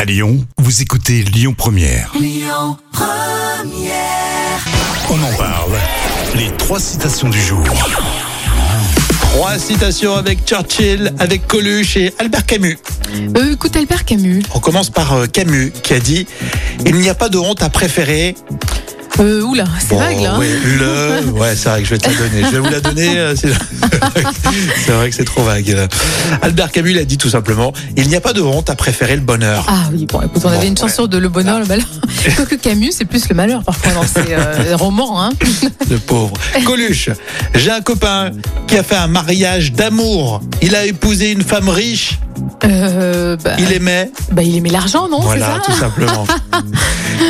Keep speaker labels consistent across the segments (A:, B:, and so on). A: À Lyon, vous écoutez Lyon Première. On en parle. Les trois citations du jour.
B: Trois citations avec Churchill, avec Coluche et Albert Camus.
C: Euh, écoute Albert Camus,
B: On commence par euh, Camus qui a dit Il n'y a pas de honte à préférer.
C: euh, oula, c'est
B: Bon,
C: vague là. hein.
B: ouais, le. Ouais, c'est vrai que je vais te la donner. Je vais vous la donner. euh, C'est c'est vrai que c'est trop vague. là. Albert Camus l'a dit tout simplement Il n'y a pas de honte à préférer le bonheur.
C: Ah oui, bon, écoute,
B: Bon,
C: on avait une
B: ouais.
C: chanson de Le Bonheur, le Malheur. Quoique Camus, c'est plus le malheur parfois dans ses euh, romans. Hein.
B: Le pauvre. Coluche, j'ai un copain qui a fait un mariage d'amour. Il a épousé une femme riche.
C: Euh, bah,
B: Il aimait.
C: bah, il aimait l'argent, non
B: Voilà,
C: C'est
B: tout simplement.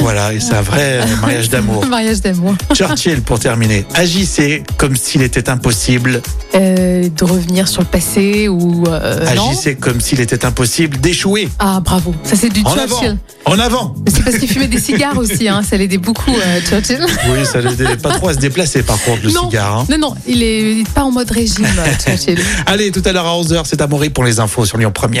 B: voilà, et c'est un vrai euh, mariage d'amour.
C: ça Mariage d'amour.
B: Churchill, pour terminer, agissez comme s'il était impossible.
C: Euh, de revenir sur le passé ou. euh, non
B: agissez comme s'il était impossible d'échouer.
C: Ah bravo, ça c'est du
B: En avant.
C: Churchill.
B: En avant.
C: Mais C'est parce qu'il fumait des cigares aussi, hein. ça l'aidait beaucoup euh, Churchill.
B: Oui, ça n'aidait pas trop à se déplacer, par contre, le
C: non,
B: cigare. hein.
C: non, non, il est pas en mode régime euh, Churchill.
B: Allez, tout à l'heure à 11h, c'est Amaury pour les infos sur Lyon Première.